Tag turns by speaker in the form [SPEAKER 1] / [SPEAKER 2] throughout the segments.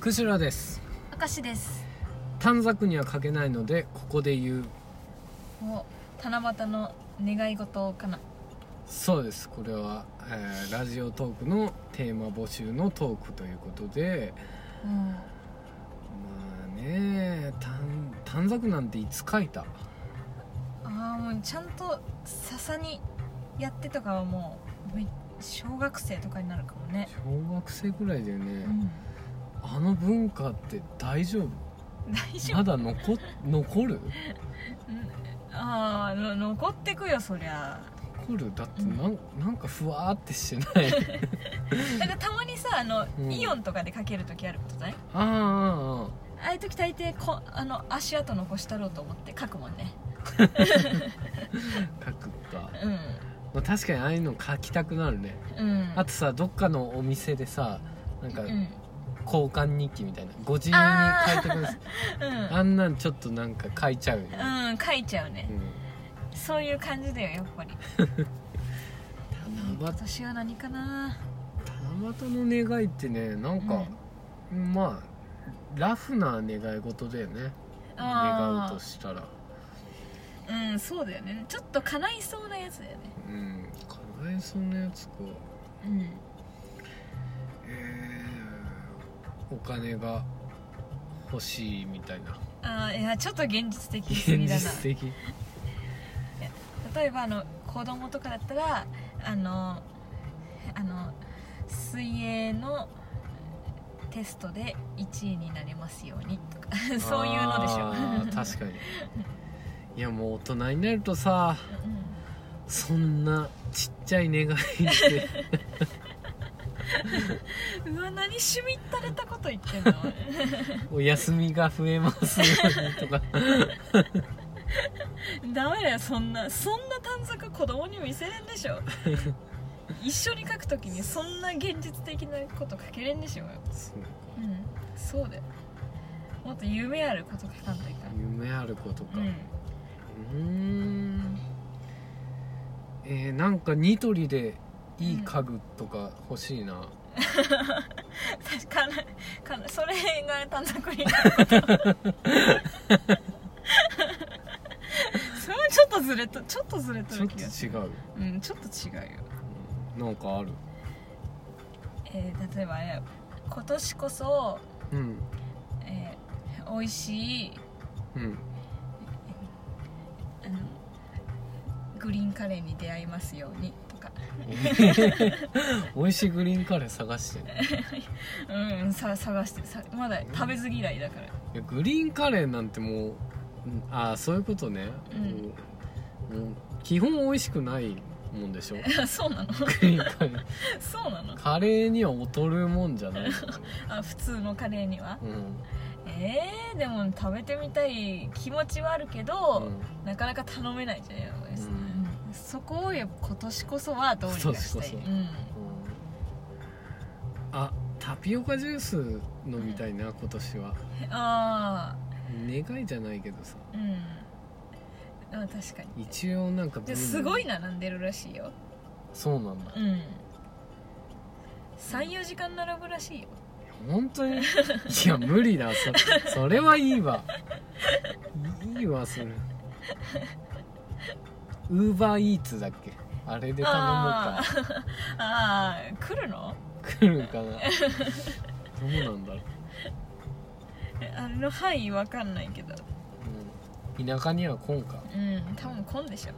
[SPEAKER 1] クシュラです
[SPEAKER 2] 明石です
[SPEAKER 1] 短冊には書けないのでここで言う
[SPEAKER 2] もう七夕の願い事かな
[SPEAKER 1] そうですこれは、えーラジオトークのテーマ募集のトークということで
[SPEAKER 2] うん
[SPEAKER 1] まあね短短冊なんていつ書いた
[SPEAKER 2] ああもうちゃんと笹にやってとかはもうめ小学生とかになるかもね
[SPEAKER 1] 小学生ぐらいだよね
[SPEAKER 2] う、ん
[SPEAKER 1] あの文化って大丈夫
[SPEAKER 2] 大丈
[SPEAKER 1] ま
[SPEAKER 2] 夫
[SPEAKER 1] だ残残る
[SPEAKER 2] うんああの残ってくよそりゃ
[SPEAKER 1] 残るだってなん,、なんかふわーってしてない
[SPEAKER 2] なんかたまにさあの、
[SPEAKER 1] うん
[SPEAKER 2] イオンとかでかける時あることない
[SPEAKER 1] ああああああ
[SPEAKER 2] ああいう時大抵こあの足跡残したろうと思って書くもんね
[SPEAKER 1] 書くか、
[SPEAKER 2] うん
[SPEAKER 1] まあ、確かにああいうの書きたくなるね
[SPEAKER 2] うん
[SPEAKER 1] あとさどっかのお店でさなんか
[SPEAKER 2] うんうん
[SPEAKER 1] 交換日記みたいなご自由に書いてくださいあんなんちょっとなんか書いちゃうよね、
[SPEAKER 2] うん書いちゃうね
[SPEAKER 1] うん
[SPEAKER 2] そういう感じだよやっぱり
[SPEAKER 1] 七
[SPEAKER 2] 私は何かな
[SPEAKER 1] 夕七夕の願いってねなんか、まあラフな願い事だよね願
[SPEAKER 2] あ
[SPEAKER 1] う
[SPEAKER 2] ー
[SPEAKER 1] としたら
[SPEAKER 2] うんそうだよねちょっと叶いそうなやつだよね
[SPEAKER 1] うん叶えそうなやつか
[SPEAKER 2] うん
[SPEAKER 1] えーお金が欲しいみたいな
[SPEAKER 2] あーいやちょっと現実的す
[SPEAKER 1] 現
[SPEAKER 2] ぎだな
[SPEAKER 1] 実的
[SPEAKER 2] 例えばあの子供とかだったらあのあの水泳のテストで1位になれますようにとか そういうのでしょ
[SPEAKER 1] あー確かにいやもう大人になるとさ
[SPEAKER 2] う
[SPEAKER 1] そんなちっちゃい願いって
[SPEAKER 2] ん うわ何しみったれたこと言ってんの
[SPEAKER 1] お休みが増えますようにとか
[SPEAKER 2] ダメだよそんなそんな短冊子供に見せれんでし ょ一緒に書くときにそんな現実的なこと書けれんでしょ
[SPEAKER 1] そうか
[SPEAKER 2] うんそうだよもっと夢あること書かんといかん
[SPEAKER 1] 夢あることかう
[SPEAKER 2] うん
[SPEAKER 1] ーんえーなんかニトリでいい家具とか欲しいな、
[SPEAKER 2] 確かなかなそれが短冊に それはちょっとずれとちょっとずれと
[SPEAKER 1] ちょ
[SPEAKER 2] る
[SPEAKER 1] っ
[SPEAKER 2] 気がする
[SPEAKER 1] と違う
[SPEAKER 2] うんちょっと違うよ
[SPEAKER 1] うんなんかある
[SPEAKER 2] えー例えばあれ今年こそ、
[SPEAKER 1] うん
[SPEAKER 2] えー、美味しい
[SPEAKER 1] うん
[SPEAKER 2] あのグリーンカレーに出会いますようにとか
[SPEAKER 1] 美味しいグリーンカレー探してる
[SPEAKER 2] うんさ探してさまだ食べず嫌いだから
[SPEAKER 1] い やグリーンカレーなんてもううんああそういうことね、もうもう基本美味しくないもんでし ょグ
[SPEAKER 2] いやそうなの
[SPEAKER 1] リーンカレー
[SPEAKER 2] そうなの
[SPEAKER 1] カレーには劣るもんじゃない、
[SPEAKER 2] あ普通のカレーには
[SPEAKER 1] うん
[SPEAKER 2] えー、でも食べてみたい気持ちはあるけど、なかなか頼めないじゃないですか、うんそこをやっぱ今年こそはどうにかしたい
[SPEAKER 1] 今年こそ
[SPEAKER 2] うん、
[SPEAKER 1] あタピオカジュース飲みたいな、今年は
[SPEAKER 2] ああ
[SPEAKER 1] 願いじゃないけどさ
[SPEAKER 2] うんあ確かに
[SPEAKER 1] 一応なんかブー
[SPEAKER 2] で
[SPEAKER 1] ム
[SPEAKER 2] すごい並んでるらしいよ
[SPEAKER 1] そうなんだ
[SPEAKER 2] うん34時間並ぶらしいよ
[SPEAKER 1] 本当にいや無理だそそれはいいわいいわそれウーバーイーツだっけあれで頼もう
[SPEAKER 2] あ
[SPEAKER 1] か
[SPEAKER 2] ーあー来るの
[SPEAKER 1] 来るかなどうなんだろう、
[SPEAKER 2] えあれの範囲わかんないけど
[SPEAKER 1] うん、田舎には来んか
[SPEAKER 2] うん多分来んでしょ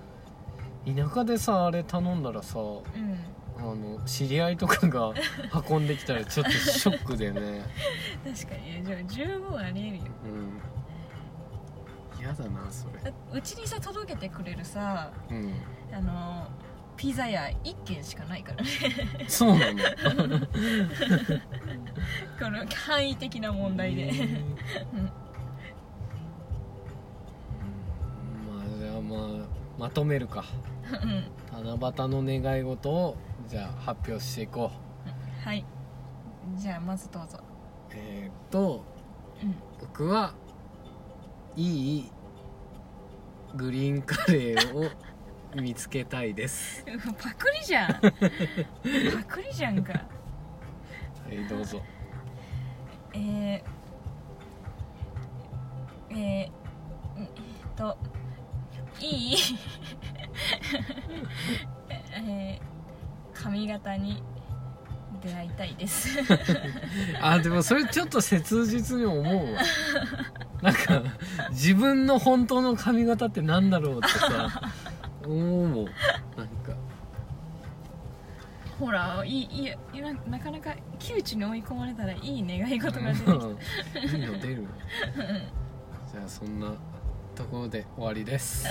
[SPEAKER 1] 田舎でさあれ頼んだらさ
[SPEAKER 2] うん
[SPEAKER 1] あの知り合いとかが運んできた らちょっとショックでね
[SPEAKER 2] 確かにじゃあ十分ありえるよ
[SPEAKER 1] うん嫌だなそれ
[SPEAKER 2] だうちにさ届けてくれるさ
[SPEAKER 1] うん
[SPEAKER 2] あのピザ屋1軒しかないからね
[SPEAKER 1] そうなの
[SPEAKER 2] この範囲的な問題で、
[SPEAKER 1] うんまあじゃあまあまとめるか
[SPEAKER 2] うん
[SPEAKER 1] 七夕の願い事をじゃあ発表していこう
[SPEAKER 2] はいじゃあまずどう ぞ
[SPEAKER 1] えー、っと
[SPEAKER 2] うん
[SPEAKER 1] 僕はいいグリーンカレーを見つけたい です
[SPEAKER 2] うわパクリ じゃんパクリじゃんか
[SPEAKER 1] はいどうぞ
[SPEAKER 2] えー、えー、んえーっといい えー、髪型に出会いたいです
[SPEAKER 1] あでもそれちょっと切実に思うわなんか自分の本当の髪型ってなんだろうってさ思うもんなんか
[SPEAKER 2] ほらいいいいななかなか窮地に追い込まれたらいい願い事が出てきた
[SPEAKER 1] うんいいの出るじゃあそんなところで終わりです